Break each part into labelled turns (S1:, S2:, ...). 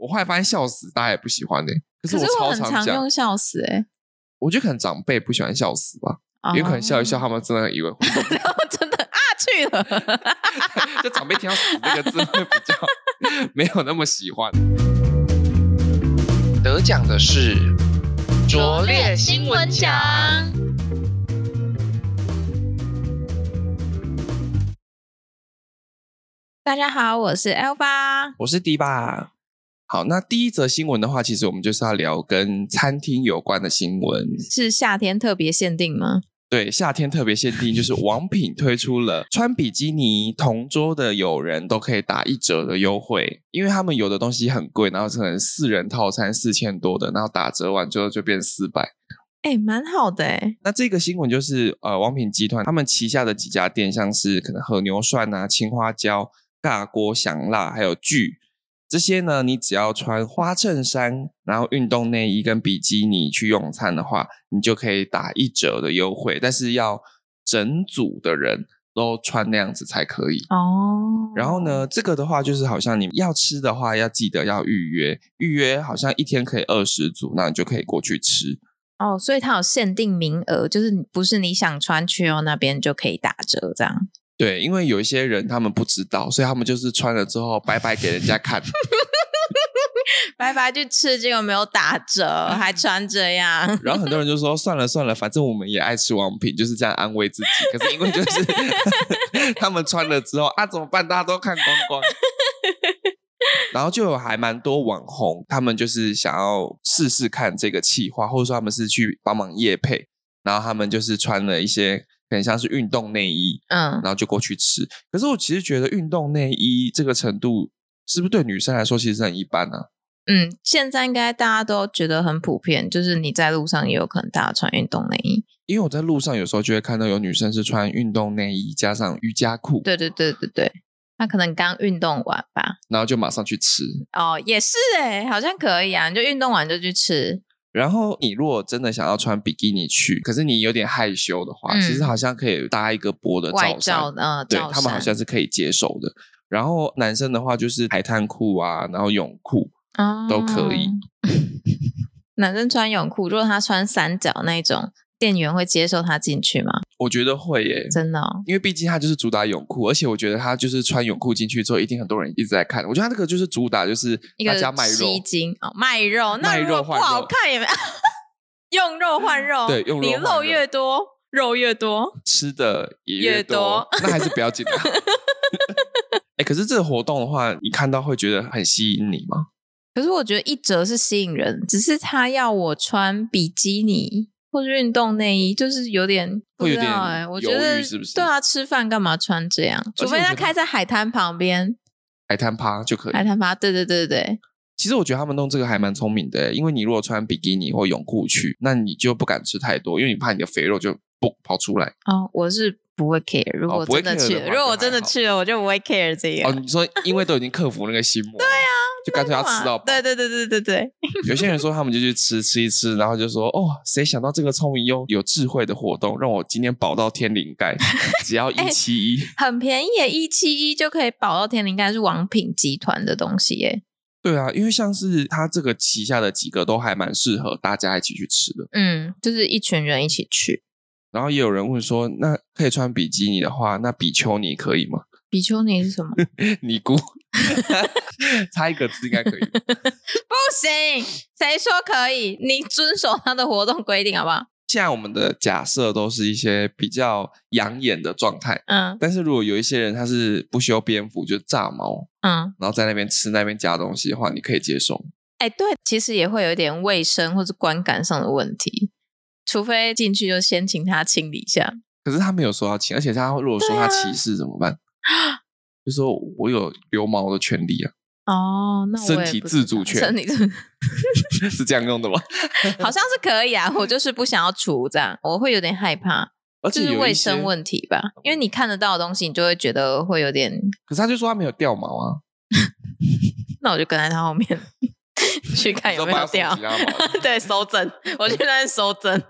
S1: 我后来发现笑死大家也不喜欢呢、可
S2: 可
S1: 我
S2: 是我
S1: 超
S2: 很
S1: 常
S2: 常
S1: 讲，
S2: 用笑死哎、
S1: 我觉得可能长辈不喜欢笑死吧，有可能笑一笑，他们真的以为
S2: 哦然后真的啊去了。
S1: 就长辈听到“死”这个字会比较没有那么喜欢。
S3: 得奖的是拙劣新闻奖。
S2: 大家好，我是 L 八，
S1: 我是迪吧。好，那第一则新闻的话，其实我们就是要聊跟餐厅有关的新闻。
S2: 是夏天特别限定吗？
S1: 对，夏天特别限定，就是王品推出了穿比基尼同桌的友人都可以打一折的优惠，因为他们有的东西很贵，然后可能四人套餐四千多的，然后打折完之后就变四百。
S2: 哎、蛮好的哎、
S1: 那这个新闻就是呃，王品集团他们旗下的几家店，像是可能和牛涮啊、青花椒、尬锅香辣，还有聚这些呢，你只要穿花衬衫，然后运动内衣跟比基尼去用餐的话，你就可以打一折的优惠，但是要整组的人都穿那样子才可以。
S2: 哦。
S1: 然后？呢，这个的话就是好像你要吃的话，要记得要预约，预约好像一天可以二十组，那你就可以过去吃。
S2: 哦，所以它有限定名额，就是你不是你想穿去哦那边就可以打折这样。
S1: 对，因为有一些人他们不知道，所以他们就是穿了之后白白给人家看。
S2: 拜拜去吃，结果没有打折，还穿这样。
S1: 然后很多人就说算了算了，反正我们也爱吃王品，就是这样安慰自己。可是因为就是 他们穿了之后啊，怎么办？大家都看光光。然后就有还蛮多网红，他们就是想要试试看这个企划，或者说他们是去帮忙夜配，然后他们就是穿了一些很像是运动内衣，
S2: 嗯，
S1: 然后就过去吃。可是我其实觉得运动内衣这个程度，是不是对女生来说其实很一般呢、啊？
S2: 嗯，现在应该大家都觉得很普遍，就是你在路上也有可能大家穿运动内衣。
S1: 因为我在路上有时候就会看到有女生是穿运动内衣加上瑜伽裤，
S2: 对对对对对，他可能刚运动完吧。
S1: 然后就马上去吃。
S2: 哦，也是哎、好像可以啊，你就运动完就去吃。
S1: 然后你如果真的想要穿比基尼去，可是你有点害羞的话，
S2: 嗯
S1: 其实好像可以搭一个薄的
S2: 外
S1: 罩衫，
S2: 罩呃，
S1: 对
S2: 罩
S1: 他们好
S2: 衫
S1: 像是可以接受的。然后男生的话就是海滩裤啊，然后泳裤，都可以
S2: 哦男生穿泳裤，如果他穿三角那一种，店员会接受他进去吗？
S1: 我觉得会耶，
S2: 真的、哦，
S1: 因为毕竟他就是主打泳裤，而且我觉得他就是穿泳裤进去之后，一定很多人一直在看。我觉得他那个就是主打，就是
S2: 一
S1: 大家
S2: 个
S1: 卖肉，
S2: 吸睛哦，卖肉，那
S1: 卖
S2: 如果
S1: 肉
S2: 不
S1: 换肉
S2: 好看也没 用肉换肉，
S1: 对用肉
S2: 你
S1: 换
S2: 肉
S1: 肉
S2: 越多，肉越多，
S1: 吃的也
S2: 越
S1: 越
S2: 多
S1: 那还是不要紧的。啊 哎、可是这个活动的话，你看到会觉得很吸引你吗？
S2: 可是我觉得一折是吸引人，只是他要我穿比基尼或者运动内衣，就是有点不
S1: 会有
S2: 知道
S1: 点
S2: 哎、我
S1: 犹
S2: 觉得
S1: 豫是不是
S2: 对啊，吃饭干嘛穿这样？
S1: 且
S2: 除非
S1: 我
S2: 他
S1: 觉得
S2: 开在海滩旁边，
S1: 海滩趴就可以。
S2: 海滩吧？对对对对对，
S1: 其实我觉得他们弄这个还蛮聪明的，欸因为你如果穿比基尼或泳裤去，那你就不敢吃太多，因为你怕你的肥肉就不跑出来。
S2: 哦，我是不会 care，如果
S1: 哦不会
S2: 真的
S1: care
S2: 去
S1: 的
S2: 了，
S1: 话
S2: 如果
S1: 就
S2: 我真的
S1: 还好
S2: 去了，我就不会 care 这个。
S1: 哦，你说因为都已经克服那个心魔，对啊，就干脆要吃到饱。
S2: 对对对对对对，
S1: 有些人说他们就去吃吃一吃，然后就说哦，谁想到这个聪明又有智慧的活动，让我今天饱到天灵盖， 只要一七一。
S2: 很便宜耶，一七一就可以保到天灵盖，是王品集团的东西耶。
S1: 对啊，因为像是他这个旗下的几个都还蛮适合大家一起去吃的。
S2: 嗯，就是一群人一起去，
S1: 然后也有人问说，那可以穿比基尼的话，那比丘尼可以吗？
S2: 比丘尼是什么？
S1: 尼姑， 差一个字应该可以。
S2: 不行，谁说可以？你遵守他的活动规定好不好？
S1: 现在我们的假设都是一些比较养眼的状态，
S2: 嗯
S1: 但是如果有一些人他是不修边幅，就是炸毛，
S2: 嗯，
S1: 然后在那边吃那边加东西的话，你可以接受吗。
S2: 哎、对，其实也会有一点卫生或是观感上的问题，除非进去就先请他清理一下。
S1: 可是他没有说要请，而且他如果说
S2: 对啊
S1: 他歧视怎么办？就说我有留毛的权利啊，
S2: 哦，那我
S1: 身
S2: 也
S1: 体
S2: 不
S1: 自
S2: 知
S1: 主
S2: 道
S1: 权
S2: 身体自
S1: 是这样用的吗？
S2: 好像是可以啊，我就是不想要除这样，我会有点害怕，
S1: 而
S2: 就
S1: 且
S2: 是
S1: 有一
S2: 卫
S1: 些
S2: 生问题吧。因为你看得到的东西，你就会觉得会有点，
S1: 可是他就说他没有掉毛啊，
S2: 那我就跟在他后面去看有没有掉
S1: 你。知道把他手指拉毛
S2: 对，收整，我去那边收整。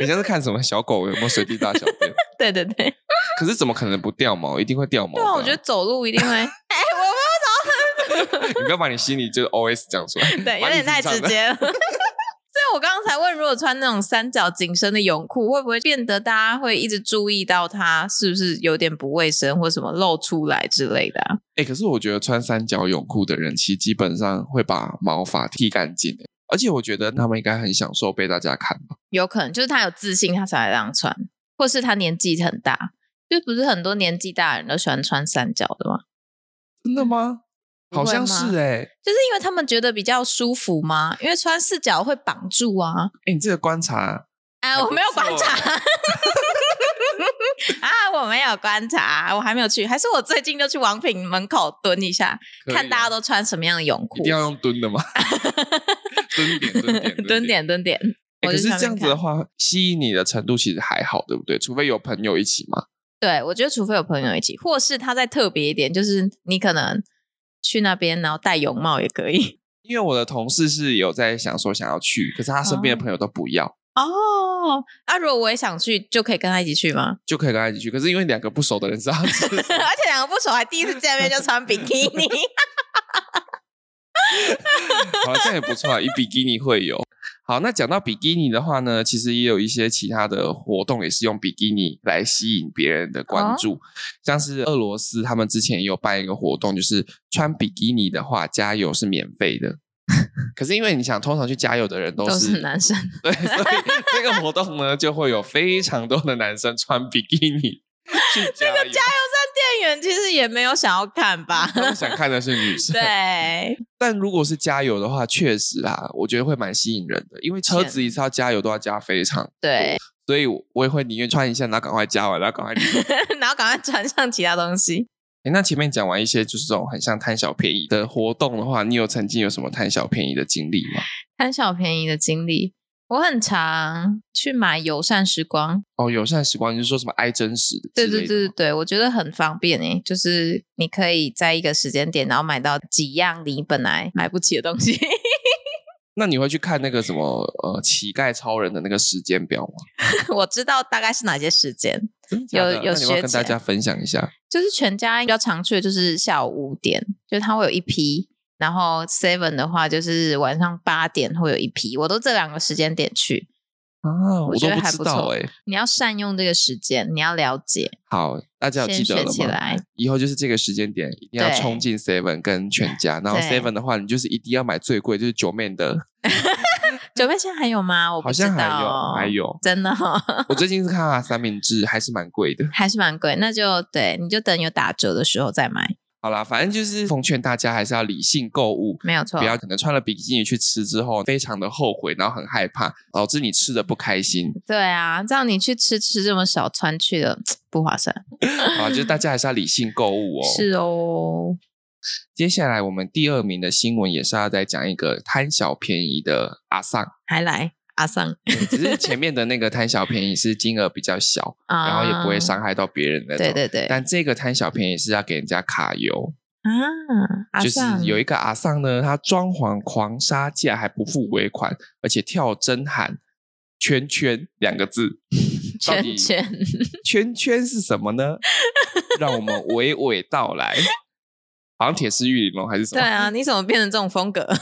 S1: 你像是看什么小狗有没有随地大小便？
S2: 对对对，
S1: 可是怎么可能不掉毛？一定会掉毛的
S2: 对
S1: 啊、
S2: 啊，我觉得走路一定会。哎、我没有
S1: 你不要把你心里就是 OS 讲出来，
S2: 对，有
S1: 蛮理
S2: 点太
S1: 智障
S2: 直
S1: 的
S2: 接 了。所以我刚才问，如果穿那种三角紧身的泳裤，会不会变得大家会一直注意到它是不是有点不卫生，或什么露出来之类的啊、
S1: 哎、可是我觉得穿三角泳裤的人，其实基本上会把毛发剃干净、欸，而且我觉得他们应该很享受被大家看吧。
S2: 有可能就是他有自信，他才会这样穿，或是他年纪很大，就不是很多年纪大的人都喜欢穿三角的吗？
S1: 真的吗？
S2: 嗯不
S1: 好
S2: 会
S1: 像
S2: 吗
S1: 是哎、欸，
S2: 就是因为他们觉得比较舒服吗？因为穿四角会绑住啊！
S1: 哎、你这个观察，
S2: 哎，
S1: 还不
S2: 我没有
S1: 错哦
S2: 观察 啊，我没有观察，我还没有去，还是我最近就去王品门口蹲一下，
S1: 可以
S2: 看大
S1: 啊
S2: 家都穿什么样的泳
S1: 一
S2: 裤
S1: 定，要用蹲的 吗？蹲点，蹲点，
S2: 蹲
S1: 点。
S2: 点蹲点。
S1: 欸
S2: 我
S1: 可
S2: 就是上
S1: 这样
S2: 面
S1: 子的
S2: 看，
S1: 话，吸引你的程度其实还好，对不对？除非有朋友一起嘛。
S2: 对我觉得除非有朋友一起，或是他再特别一点，就是你可能去那边然后戴泳帽也可以。
S1: 因为我的同事是有在想说想要去，可是他身边的朋友都不要，
S2: 哦，那、如果我也想去，就可以跟他一起去吗？
S1: 就可以跟他一起去。可是因为两个不熟的人知道，
S2: 而且两个不熟，还第一次见面就穿比基尼，
S1: 好像也不错啊，以比基尼会有。好，那讲到比基尼的话呢，其实也有一些其他的活动也是用比基尼来吸引别人的关注，像是俄罗斯他们之前也有办一个活动，就是穿比基尼的话，加油是免费的。 可是因为你想，通常去加油的 人都
S2: 都
S1: 是
S2: 是男生。
S1: 对，所以这个活动呢，就会有非常多的男生穿比基尼 去加油，
S2: 店员其实也没有想要 看吧？
S1: 他们想看的是女生。
S2: 对，
S1: 但如果是加油的话，确实啦，我觉得会蛮吸引人的，因为车子一次要加油都要加非常，
S2: 对，
S1: 所以我我也会宁愿穿一下，然后赶快加完，然后赶快离 开。
S2: 然后赶快穿上其他东西。
S1: 诶那前面讲完一些就是这种很像贪小便宜的活动的话，你有曾经有什么贪小便宜的经历吗？
S2: 贪小便宜的经历，我很常去买友善时光。
S1: 哦，友善时光，你是说什么爱真实之
S2: 对
S1: 类的吗？
S2: 对对对对，我觉得很方便诶、就是你可以在一个时间点，然后买到几样你本来买不起的东西。
S1: 那你会去看那个什么呃乞丐超人的那个时间表吗？
S2: 我知道大概是哪些时间，
S1: 真的假的
S2: 有有
S1: 那你要
S2: 学
S1: 跟大
S2: 姐
S1: 家分享一下。
S2: 就是全家比较常去的就是下午五点，就是它会有一批，然后 Seven 的话就是晚上八点会有一批，我都这两个时间点去。
S1: 啊，
S2: 我
S1: 我
S2: 觉
S1: 都
S2: 得
S1: 不
S2: 还
S1: 知
S2: 不
S1: 道
S2: 错
S1: 哎、
S2: 你要善用这个时间，你要了解。
S1: 好，大家有记
S2: 先
S1: 得
S2: 学
S1: 了
S2: 起
S1: 吗
S2: 来？
S1: 以后就是这个时间点一定要
S2: 对
S1: 冲进 Seven 跟 全家，然后
S2: 对
S1: Seven 的话，你就是一定要买最贵，就是九妹的。
S2: 九妹现在还有吗？我不
S1: 好
S2: 知道
S1: 像还有还 有，
S2: 真的哦、
S1: 我最近是看到它三明治还是蛮贵的。
S2: 还是蛮贵。那就对，你就等有打折的时候再买，
S1: 好啦，反正就是奉劝大家还是要理性购物。
S2: 没有错
S1: 不。要可能穿了比基尼去吃之后，非常的后悔，然后很害怕，导致你吃的不开心
S2: 对啊，这样你去吃吃这么少，穿去了不划算。
S1: 啊！就是大家还是要理性购物哦。
S2: 是哦，
S1: 接下来我们第二名的新闻也是要再讲一个贪小便宜的阿桑，
S2: 还来阿桑
S1: 只是前面的那个贪小便宜是金额比较小，
S2: 啊，
S1: 然后也不会。伤害到别人那种。
S2: 对对对，
S1: 但这个贪小便宜是要给人家卡油，
S2: 啊，阿
S1: 就是
S2: 尚
S1: 有一个阿桑呢，他装潢狂杀价还不付尾款，而且跳真喊“圈圈”两个字，到底
S2: 圈 圈，
S1: 圈圈是什么 呢？让我们娓娓道来。好像铁丝玉玲珑还是什
S2: 对
S1: 么？
S2: 啊，你怎么变成这种风格？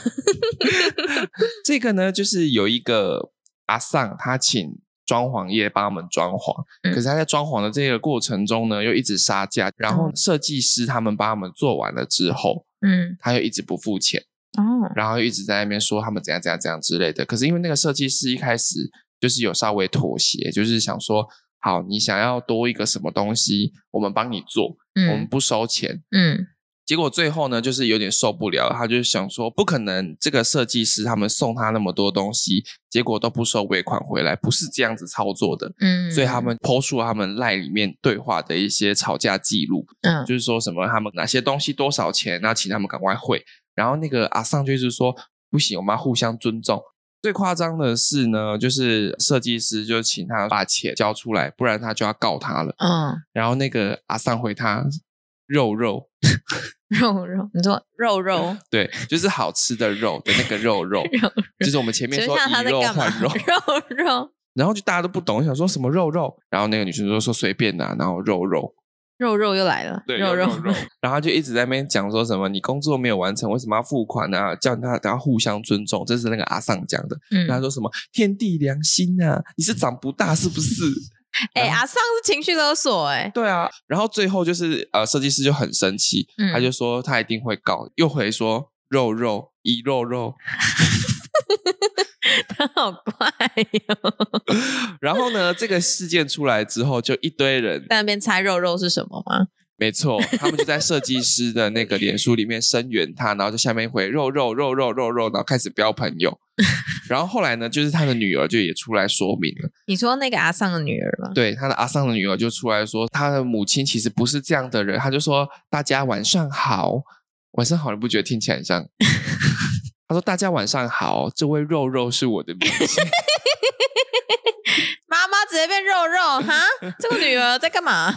S1: 这个呢，就是有一个阿桑，他请装潢业帮他们装潢，
S2: 嗯
S1: 可是他在装潢的这个过程中呢，又一直杀价，然后
S2: 嗯
S1: 设计师他们帮他们做完了之后，
S2: 嗯，
S1: 他又一直不付钱，
S2: 哦，
S1: 然后又一直在那边说他们怎样怎样怎样之类的。可是因为那个设计师一开始就是有稍微妥协，就是想说，好，你想要多一个什么东西，我们帮你做，我们
S2: 嗯
S1: 不收钱。
S2: 嗯
S1: 结果最后呢，就是有点受不了，他就想说，不可能，这个设计师他们送他那么多东西，结果都不收尾款回来，不是这样子操作的。
S2: 嗯，
S1: 所以他们抛出了他们赖里面对话的一些吵架记录，
S2: 嗯
S1: 就是说什么他们哪些东西多少钱，然后请他们赶快汇。然后那个阿尚就是说不行，我们要互相尊重。最夸张的是呢，就是设计师就请他把钱交出来，不然他就要告他了。
S2: 嗯
S1: 然后那个阿尚回他肉肉，
S2: 肉肉，你说肉肉，
S1: 对，就是好吃的肉的那个肉肉
S2: 肉，
S1: 就是我们前面
S2: 请
S1: 说
S2: 问一下他
S1: 以
S2: 在
S1: 肉
S2: 干嘛？
S1: 换肉，
S2: 肉肉，
S1: 然后就大家都不懂，想说什么肉肉，然后那个女生就说随便啦、然后肉肉，
S2: 肉肉又来了，
S1: 对，
S2: 肉
S1: 肉肉， 然后他就一直在那边讲说什么你工作没有完成，为什么要付款啊？叫他大家互相尊重，这是那个阿尚讲的。他
S2: 嗯，
S1: 说什么天地良心啊，你是长不大是不是？
S2: 哎、阿尚是情绪勒索、哎，
S1: 对啊，然后最后就是呃，设计师就很生气，
S2: 嗯
S1: 他就说他一定会告，又回说肉肉一肉肉，
S2: 他 好怪哟、
S1: 然后呢，这个事件出来之后，就一堆人，
S2: 在那边猜肉肉是什么吗？
S1: 没错，他们就在设计师的那个脸书里面声援他，然后就下面回肉肉肉肉肉肉，然后开始标朋友。然后后来呢，就是他的女儿就也出来说明了，
S2: 你说那个阿尚的女儿吗？
S1: 对他的阿桑的女儿就出来说，他的母亲其实不是这样的人，他就说大家晚上好，晚上好，你不觉得听起来很像？ 他说大家晚上好，这位肉肉是我的母亲。
S2: 妈妈直接变肉肉哈！这个女儿在干嘛？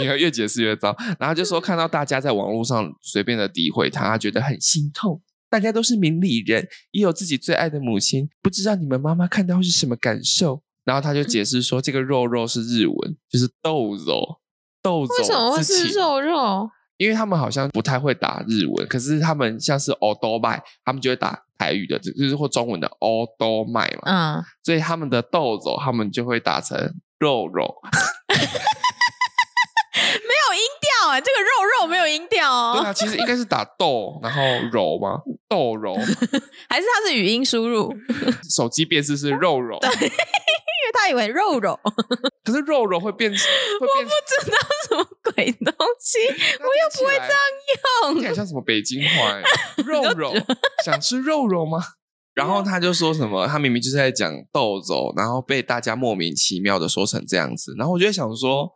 S1: 女儿越解释越糟，然后她就
S2: 嗯
S1: 说看到大家在网络上随便的诋毁她，她觉得很心痛。大家都是明理人，也有自己最爱的母亲，不知道你们妈妈看到会是什么感受。然后她就解释说，这个肉肉是日文，就是豆肉，豆
S2: 为什么
S1: 肉
S2: 会
S1: 之
S2: 是
S1: 情。
S2: 肉肉？
S1: 因为他们好像不太会打日文，可是他们像是 o d o m a 他们就会打台语的，就是或中文的 o d o m a 嘛。
S2: 嗯，
S1: 所以他们的豆肉，他们就会打成肉肉。
S2: 没有音调哎、这个肉肉没有音调
S1: 对
S2: 哦，
S1: 啊，其实应该是打豆，然后揉嘛，豆揉。
S2: 还是它是语音输入？因
S1: 手机辨识是肉揉，
S2: 为他以为肉肉，
S1: 可是肉揉会变，会变，
S2: 不知道什么鬼东西，
S1: 我又不会这
S2: 用
S1: 听起来像什么北京话、欸？ 肉揉，想吃肉揉吗？然后他就说什么，他明明就是在讲豆揉，然后被大家莫名其妙的说成这样子，然后我就在想说。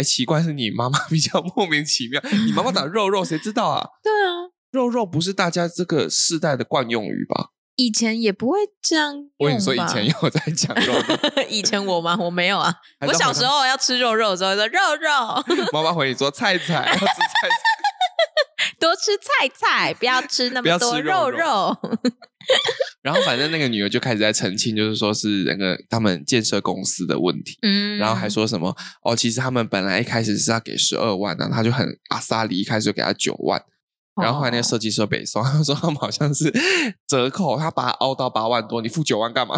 S1: 哎，奇怪，是你妈妈比较莫名其妙。你妈妈打肉肉，谁知道啊？
S2: 对啊，
S1: 肉肉不是大家这个世代的惯用语吧？
S2: 以前也不会这样用吧。
S1: 我跟你说，以前有在讲肉肉，
S2: 以前我吗？我没有啊。
S1: 还是
S2: 我小时候要吃肉肉的时候，说肉肉
S1: 妈妈回你说菜菜要吃菜菜，
S2: 多吃菜菜，不要吃那
S1: 不要
S2: 么
S1: 吃
S2: 多
S1: 肉
S2: 肉
S1: 肉
S2: 肉。
S1: 然后反正那个女儿就开始在澄清，就是说是那个他们建设公司的问题，
S2: 嗯，
S1: 然后还说什么哦，其实他们本来一开始是要给十二万的、然后他就很阿萨里一开始就给他九万，
S2: 哦，
S1: 然后后来那个设计师北送，他说他们好像是折扣，他把它凹到八万多，你付九万干嘛？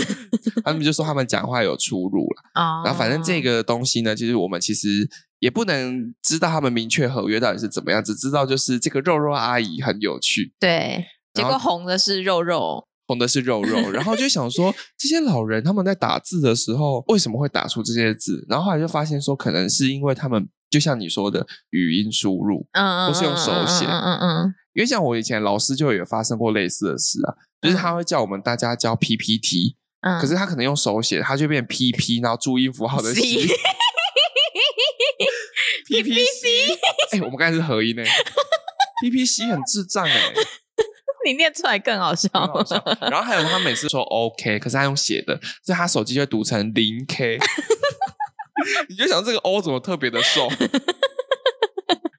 S1: 他们就说他们讲话有出入了。
S2: 哦，
S1: 然后反正这个东西呢，就是我们其实。也不能知道他们明确合约到底是怎么样，只知道就是这个肉肉阿姨很有趣，
S2: 对，结
S1: 然后
S2: 果红的是肉肉，
S1: 红的是肉肉，然后就想说这些老人他们在打字的时候为什么会打出这些字？然后后来就发现说，可能是因为他们就像你说的语音输入，
S2: 嗯，
S1: 不是用手写
S2: 嗯嗯嗯
S1: 因为像我以前老师就有发生过类似的事啊，就是他会叫我们大家教 PPT，、
S2: 嗯，
S1: 可是他可能用手写，他就变 PP，然后注音符号的
S2: C
S1: C。PPC，哎、 我们刚才是合音呢、PPC 很智障哎、
S2: 你念出来更好笑，
S1: 很好笑。 然后还有他每次说 OK，可是他用写的，所以他手机就会读成零 K。你就想这个 O 怎么特别的 瘦？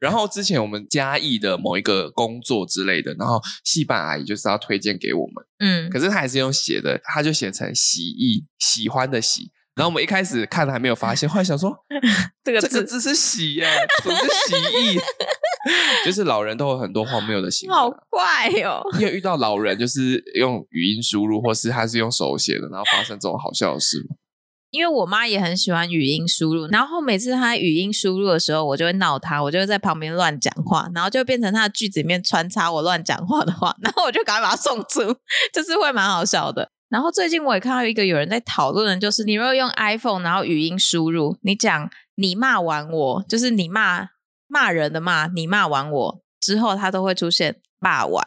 S1: 然后之前我们嘉义的某一个工作之类的，然后戏班阿姨就是要推荐给我们，
S2: 嗯，
S1: 可是她还是用写的，她就写成喜意喜欢的喜。然后我们一开始看了还没有发现，后来想说
S2: 这个
S1: 这个
S2: 字
S1: 字是喜耶、怎么是 喜意？就是老人都有很多荒谬的行为啊。
S2: 好怪哦，
S1: 你有遇到老人就是用语音输入，或是他是用手写的，然后发生这种好笑的事吗？
S2: 因为我妈也很喜欢语音输入，然后每次她语音输入的时候，我就会闹她，我就会在旁边乱讲话，然后就变成她的句子里面穿插我乱讲话的话，然后我就赶快把她送出，就是会蛮好笑的。然后最近我也看到一个有人在讨论的，就是你如果用 iPhone 然后语音输入，你讲你骂完我，就是你骂骂人的骂，你骂完我之后，它都会出现骂完。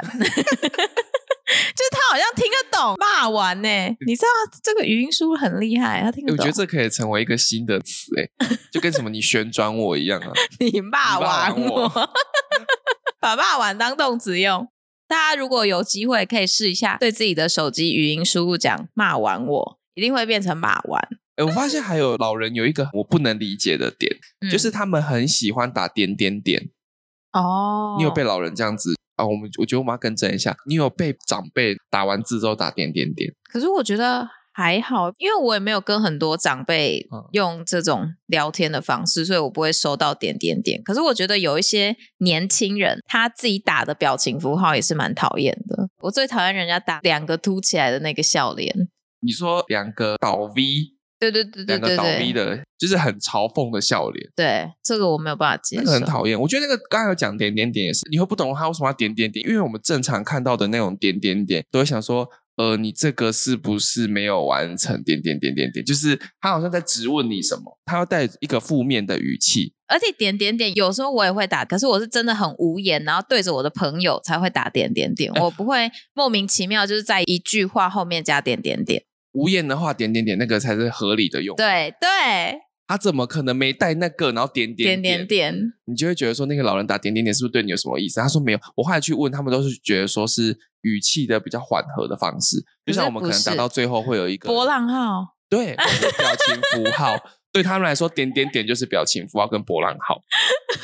S2: 就是他好像听得懂骂完呢、你知道这个语音输入很厉害，他听得
S1: 我
S2: 懂。
S1: 觉得这可以成为一个新的词，哎，就跟什么你旋转我一样啊。
S2: 你骂完
S1: 你骂完
S2: 我，把骂完当动词用。大家如果有机会，可以试一下对自己的手机语音输入讲“骂完我”，一定会变成“骂完
S1: 哎，我发现还有老人有一个我不能理解的点，”
S2: 嗯。
S1: 就是他们很喜欢打点点点。
S2: 哦，
S1: 你有被老人这样子啊？我们我觉得我们要更正一下，你有被长辈打完字之后打点点点？
S2: 可是我觉得还好，因为我也没有跟很多长辈
S1: 嗯
S2: 用这种聊天的方式，所以我不会收到点点点。可是我觉得有一些年轻人他自己打的表情符号也是蛮讨厌的。我最讨厌人家打两个凸起来的那个笑脸。
S1: 你说两个倒 V，
S2: 对对对对
S1: 两
S2: 对
S1: 个倒 V
S2: 对，
S1: 的，就是很嘲讽的笑脸，
S2: 对这个我没有办法接
S1: 那
S2: 受
S1: 个很。讨厌。我觉得那个刚才有讲点点点也是，你会不懂他为什么要点点点，因为我们正常看到的那种点点点，都会想说，呃，你这个是不是没有完成？点点点点点，就是他好像在质问你什么，他要带一个负面的语气。
S2: 而且点点点有时候我也会打，可是我是真的很无言，然后对着我的朋友才会打点点 点，我不会莫名其妙就是在一句话后面加点点点。
S1: 无言的话，点点点，那个才是合理的用。
S2: 对对，
S1: 他怎么可能没带那个？然后点点
S2: 点
S1: 点
S2: 点点。
S1: 你就会觉得说那个老人打点点点是不是对你有什么意思？他说没有，我后来去问他们都是觉得说是语气的比较缓和的方式，就
S2: 可
S1: 是像我们可能打到最后会有一个
S2: 波浪号，
S1: 对表情符号，对他们来说点点点就是表情符号跟波浪号，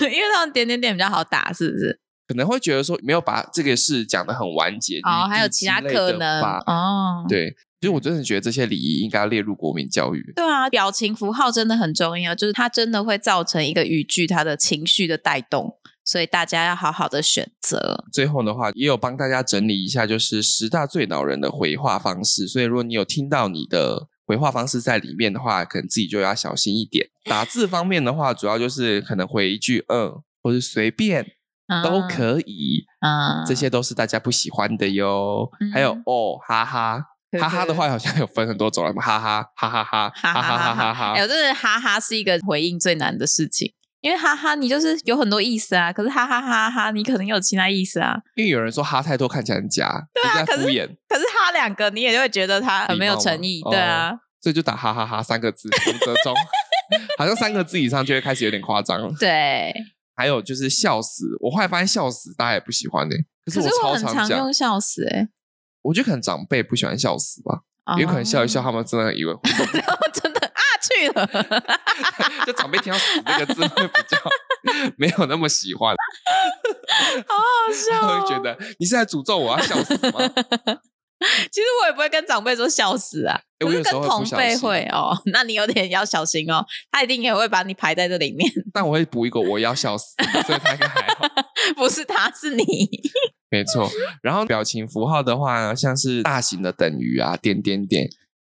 S2: 因为他们点点点比较好打，是不是？
S1: 可能会觉得说没有把这个事讲得很完结
S2: 哦，
S1: 余地
S2: 还有其他
S1: 之类的
S2: 可能
S1: 吧
S2: 哦。
S1: 对，所以我真的觉得这些礼仪应该要列入国民教育。
S2: 对啊，表情符号真的很重要，就是它真的会造成一个语句它的情绪的带动，所以大家要好好的选择。
S1: 最后的话，也有帮大家整理一下，就是十大最恼人的回话方式。所以，如果你有听到你的回话方式在里面的话，可能自己就要小心一点。打字方面的话，主要就是可能回一句“嗯”或是随便
S2: 嗯
S1: 都可以，
S2: 嗯
S1: 这些都是大家不喜欢的哟。还有
S2: 嗯
S1: 哦，哈哈。
S2: 对
S1: 哈哈的话好像有分很多种了，哈哈哈哈哈哈哈
S2: 哈哈
S1: 哈
S2: 哈哈
S1: 哈
S2: 哎、我真的哈哈是一个回应最难的事情，因为哈哈你就是有很多意思啊，可是哈哈哈哈你可能有其他意思啊，
S1: 因为有人说哈太多看起来很假，就是在
S2: 可是
S1: 敷衍，
S2: 可是哈两个你也就会觉得他很没有诚意
S1: 礼貌，吗哦
S2: 对啊，
S1: 所以就打哈哈哈三个字，五折中， 好像三个字以上就会开始有点夸张了。
S2: 对。
S1: 还有就是笑死，我后来发现笑死大家也不喜欢呢、可
S2: 可是
S1: 我
S2: 我
S1: 超
S2: 很
S1: 常
S2: 常
S1: 讲，
S2: 用笑死、欸，
S1: 我觉得可能长辈不喜欢笑死吧，
S2: 哎，
S1: 有可能笑一
S2: 笑。
S1: 笑，他们真的以为
S2: 然后 真的啊去 了，
S1: 就长辈听到“死”这个字会比较 没有那么喜欢，
S2: 好好笑、
S1: 他
S2: 哦。
S1: 会觉，得你是在诅咒我要笑死吗？
S2: 其实我也不会跟长辈说笑死啊，
S1: 哎我
S2: 可是
S1: 有时
S2: 跟
S1: 候会
S2: 同
S1: 不小
S2: 辈
S1: 心
S2: 会哦。那你有点要小心哦，他一定也会把你排在这里面，
S1: 但我会补一个我要笑死，所以他应该还好。
S2: 不是他是你。
S1: 没错，然后表情符号的话呢，像是大型的等于啊，点点点，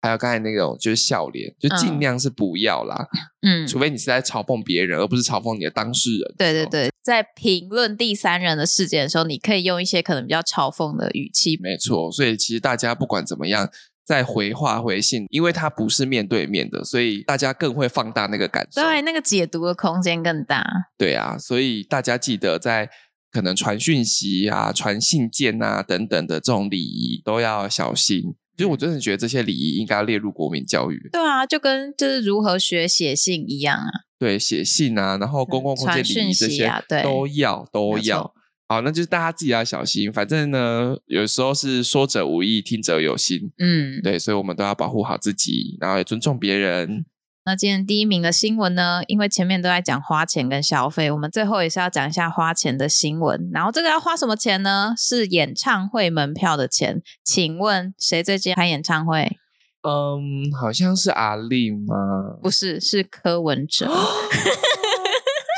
S1: 还有刚才那种就是笑脸，就尽
S2: 嗯
S1: 量是不要啦，
S2: 嗯，
S1: 除非你是在嘲讽别人，而不是嘲讽你的当事人。哦
S2: 对对，对，在评论第三人的事件的时候，你可以用一些可能比较嘲讽的语气。
S1: 没错。所以其实大家不管怎么样，在回话回信，因为它不是面对面的，所以大家更会放大那个感受。
S2: 对，那个解读的空间更大。
S1: 对啊，所以大家记得在可能传讯息啊、传信件啊等等的这种礼仪都要小心。就是
S2: 嗯
S1: 我真的觉得这些礼仪应该要列入国民教育。
S2: 对啊，就跟就是如何学写信一样啊。
S1: 对，写信啊，然后公共空间
S2: 嗯传
S1: 礼仪这
S2: 讯息
S1: 些、
S2: 啊对
S1: 都要都
S2: 没错
S1: 要。好，那就是大家自己要小心。反正呢，有时候是说者无意，听者有心。
S2: 嗯，
S1: 对，所以我们都要保护好自己，然后也尊重别人。
S2: 那今天第一名的新闻呢？因为前面都在讲花钱跟消费，我们最后也是要讲一下花钱的新闻。然后这个要花什么钱呢？是演唱会门票的钱。请问谁最近开演唱会？
S1: 嗯，好像是阿丽 吗？
S2: 不是，是柯文哲。
S1: 哦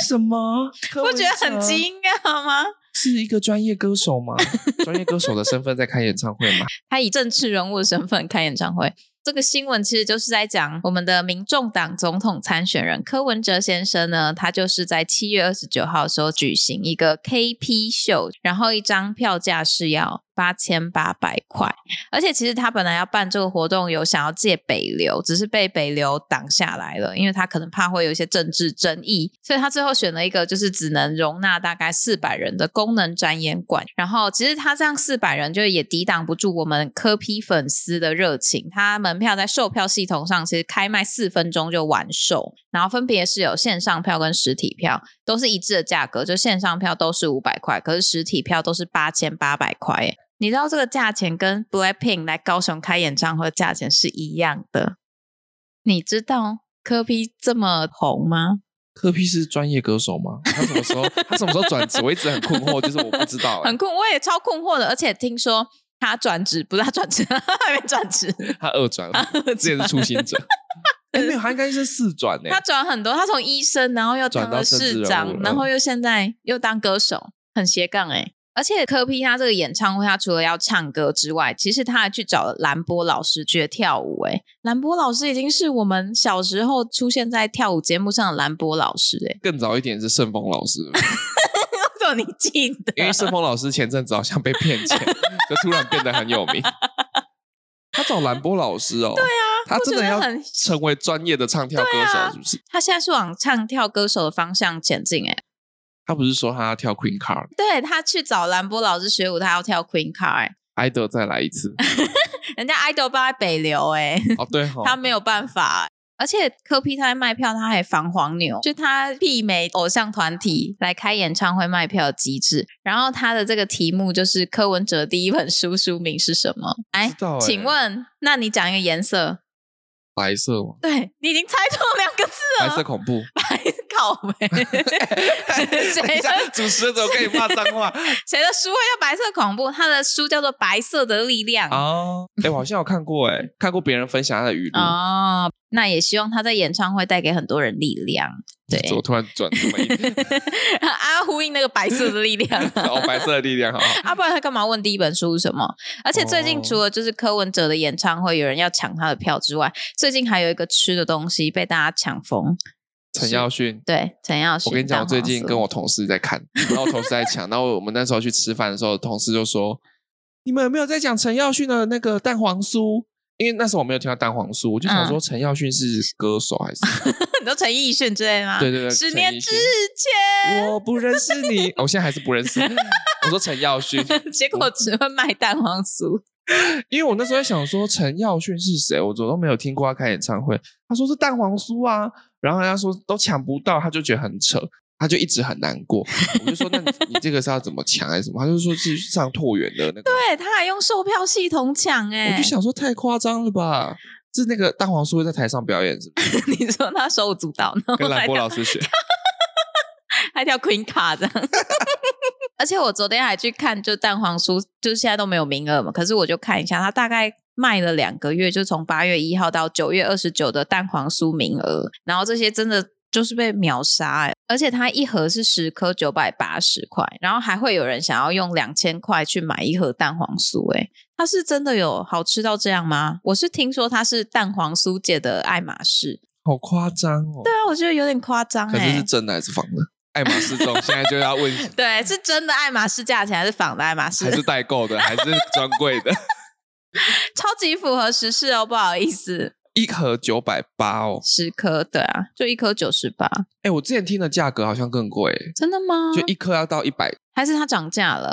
S1: 什么？
S2: 不觉得很
S1: 惊？
S2: 惊讶吗？
S1: 是一个专业歌手吗？ 专业歌手的身份在开演唱会吗？
S2: 他以政治人物的身份开演唱会。这个新闻其实就是在讲我们的民众党总统参选人柯文哲先生呢，他就是在七月二十九号的时候举行一个 KP 秀，然后一张票价是要八千八百块，而且其实他本来要办这个活动，有想要借北流，只是被北流挡下来了，因为他可能怕会有一些政治争议，所以他最后选了一个就是只能容纳大概四百人的功能展演馆。然后其实他这样四百人就也抵挡不住我们科批粉丝的热情，他门票在售票系统上其实开卖四分钟就完售，然后分别是有线上票跟实体票，都是一致的价格，就线上票都是五百块，可是实体票都是八千八百块耶。你知道这个价钱跟 Blackpink 来高雄开演唱会的价钱是一样的。你知道柯 P 这么红吗？
S1: 柯 P 是专业歌手吗？他什么时候他什么时候转职？我一直很困惑，就是我不知道、欸
S2: 很困，我也超困惑的。而且听说他转职不是他转职， 他还没转职，
S1: 他二转，这也是初心者。哎，没有，他应该是四转欸呢
S2: 他。转很多，他从医生，然后又
S1: 转
S2: 当
S1: 到
S2: 了
S1: 政治
S2: 市
S1: 人
S2: 长
S1: 物，了嗯
S2: 然后又现在又当歌手，很斜杠哎、而且科比他这个演唱会，他除了要唱歌之外，其实他还去找兰波老师学跳舞、欸。哎，兰波老师已经是我们小时候出现在跳舞节目上的兰波老师、欸。 哎，
S1: 更早一点是盛峰老师，
S2: 怎么你记得？
S1: 因为盛峰老师前阵子好像被骗钱，就突然变得很有名。他找兰波老师哦，对啊，他真的要
S2: 我觉得很
S1: 成为专业的唱跳歌手，是不是？
S2: 他现在是往唱跳歌手的方向前进、欸。哎，
S1: 他不是说他要跳 Queen Card，
S2: 对他去找兰波老师学舞，他要跳 Queen Car、欸。
S1: 爱德再来一次？
S2: 人家 idol 帮他北流、欸。哎，
S1: 哦，对哦，
S2: 他没有办法。而且科批他在卖票，他还防黄牛，就他媲美偶像团体来开演唱会卖票的机制。然后他的这个题目就是柯文哲第一本书书名是什么？
S1: 不
S2: 哎
S1: 知，道欸
S2: 请问，那你讲一个颜色？
S1: 白色吗？
S2: 对你已经猜错两个字
S1: 白
S2: 了，
S1: 色恐怖。
S2: 白靠 没？
S1: 等
S2: 谁
S1: 一
S2: 的
S1: 下， 主持人怎么跟你骂脏话？
S2: 谁的书会叫白色恐怖？他的书叫做《白色的力量》
S1: 哦，哎，我好像有看过，哎，看过别人分享他的语录。
S2: 哦，那也希望他在演唱会带给很多人力量。 对，
S1: 我突然转这么一点，
S2: 啊，呼应那个白色的力量、啊。
S1: 哦，白色的力量，好好
S2: 啊，不然他干嘛问第一本书是什么？而且最
S1: 哦
S2: 近除了就是柯文哲的演唱会有人要抢他的票之外，最近还有一个吃的东西被大家抢疯。
S1: 陈耀迅，
S2: 对，陈耀
S1: 我
S2: 迅。
S1: 跟你讲，我
S2: 蛋
S1: 最
S2: 黄
S1: 近
S2: 酥
S1: 跟我同事在看，然后我同事在讲，然后我们那时候去吃饭的时候，同事就说：“你们有没有在讲陈耀迅的那个蛋黄酥？”因为那时候我没有听到蛋黄酥，我就想说陈耀迅是歌手 还是？
S2: 你说陈奕迅之类的吗？
S1: 对对对
S2: 十
S1: 陈
S2: 年
S1: 奕
S2: 之
S1: 迅
S2: 前，
S1: 我不认识你，哦我现在还是不认 识。我说陈耀迅，
S2: 结
S1: 嗯
S2: 果只会卖蛋黄酥。
S1: 因为我那时候在想说陈耀迅是谁，我怎么都没有听过他开演唱会。他说是蛋黄酥啊，然后人家说都抢不到，他就觉得很扯，他就一直很难过。我就说那你你这个是要怎么抢还是什么？他就说是上拓远的那个。
S2: 对，他还用售票系统抢哎、
S1: 我就想说太夸张了吧？是那个蛋黄酥会在台上表演是不 是？
S2: 你说他手舞足蹈，然后
S1: 跟兰
S2: 还
S1: 波老师 学，
S2: 还跳 Queen 卡这样。 而且我昨天还去看，就蛋黄酥，就现在都没有名额嘛。可是我就看一下，它大概卖了两个月，就从八月一号到九月二十九的蛋黄酥名额，然后这些真的就是被秒杀、欸。而且它一盒是十颗，九百八十块，然后还会有人想要用两千块去买一盒蛋黄酥、欸。哎，它是真的有好吃到这样吗？我是听说它是蛋黄酥界的爱马仕，
S1: 好夸张哦！
S2: 对啊，我觉得有点夸张、欸。
S1: 可是是真的还是仿的？爱马仕这种现在就要问，
S2: 对， 是真的爱马仕价钱还是仿的爱马仕
S1: 还？是代购的，还是专柜的？
S2: 超级符合时事哦，不好意思，
S1: 一盒九百八哦！
S2: 十颗，对啊，就一颗九十八，
S1: 哎，我之前听的价格好像更贵，欸
S2: 真的吗？
S1: 就一颗要到一百，
S2: 还是它涨价了？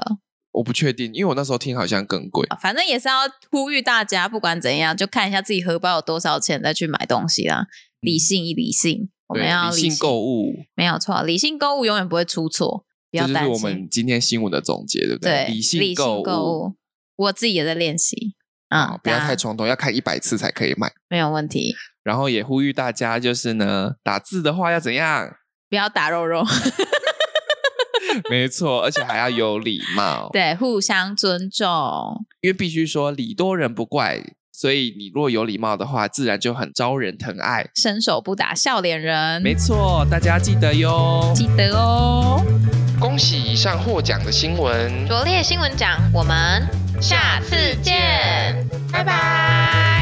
S1: 我不确定，因为我那时候听好像更贵。
S2: 啊反正也是要呼吁大家，不管怎样，就看一下自己荷包有多少钱，再去买东西啦。理性一理性，我们
S1: 嗯对
S2: 要
S1: 理性购物，
S2: 没有错，理性购物永远不会出错，不
S1: 这
S2: 要
S1: 就
S2: 担
S1: 是
S2: 心。
S1: 我们今天新闻的总结，对不
S2: 对
S1: 理
S2: 理
S1: 性
S2: 性
S1: 购物，
S2: 物，我自己也在练习
S1: 啊
S2: 啊，，
S1: 不要
S2: 大家
S1: 太冲动，要看一百次才可以买。
S2: 没有问题，
S1: 然后也呼吁大家，就是呢，打字的话要怎样？
S2: 不要打肉肉。，
S1: 哦没错，而且还要有礼貌
S2: 对，互相尊重。
S1: 因为必须说礼多人不怪，所以你若有礼貌的话，自然就很招人疼爱。
S2: 伸手不打笑脸人，
S1: 没错，大家记得哟。
S2: 记得哦。
S1: 恭喜以上获奖的新闻
S2: 拙劣新闻奖，我们下次见，拜拜。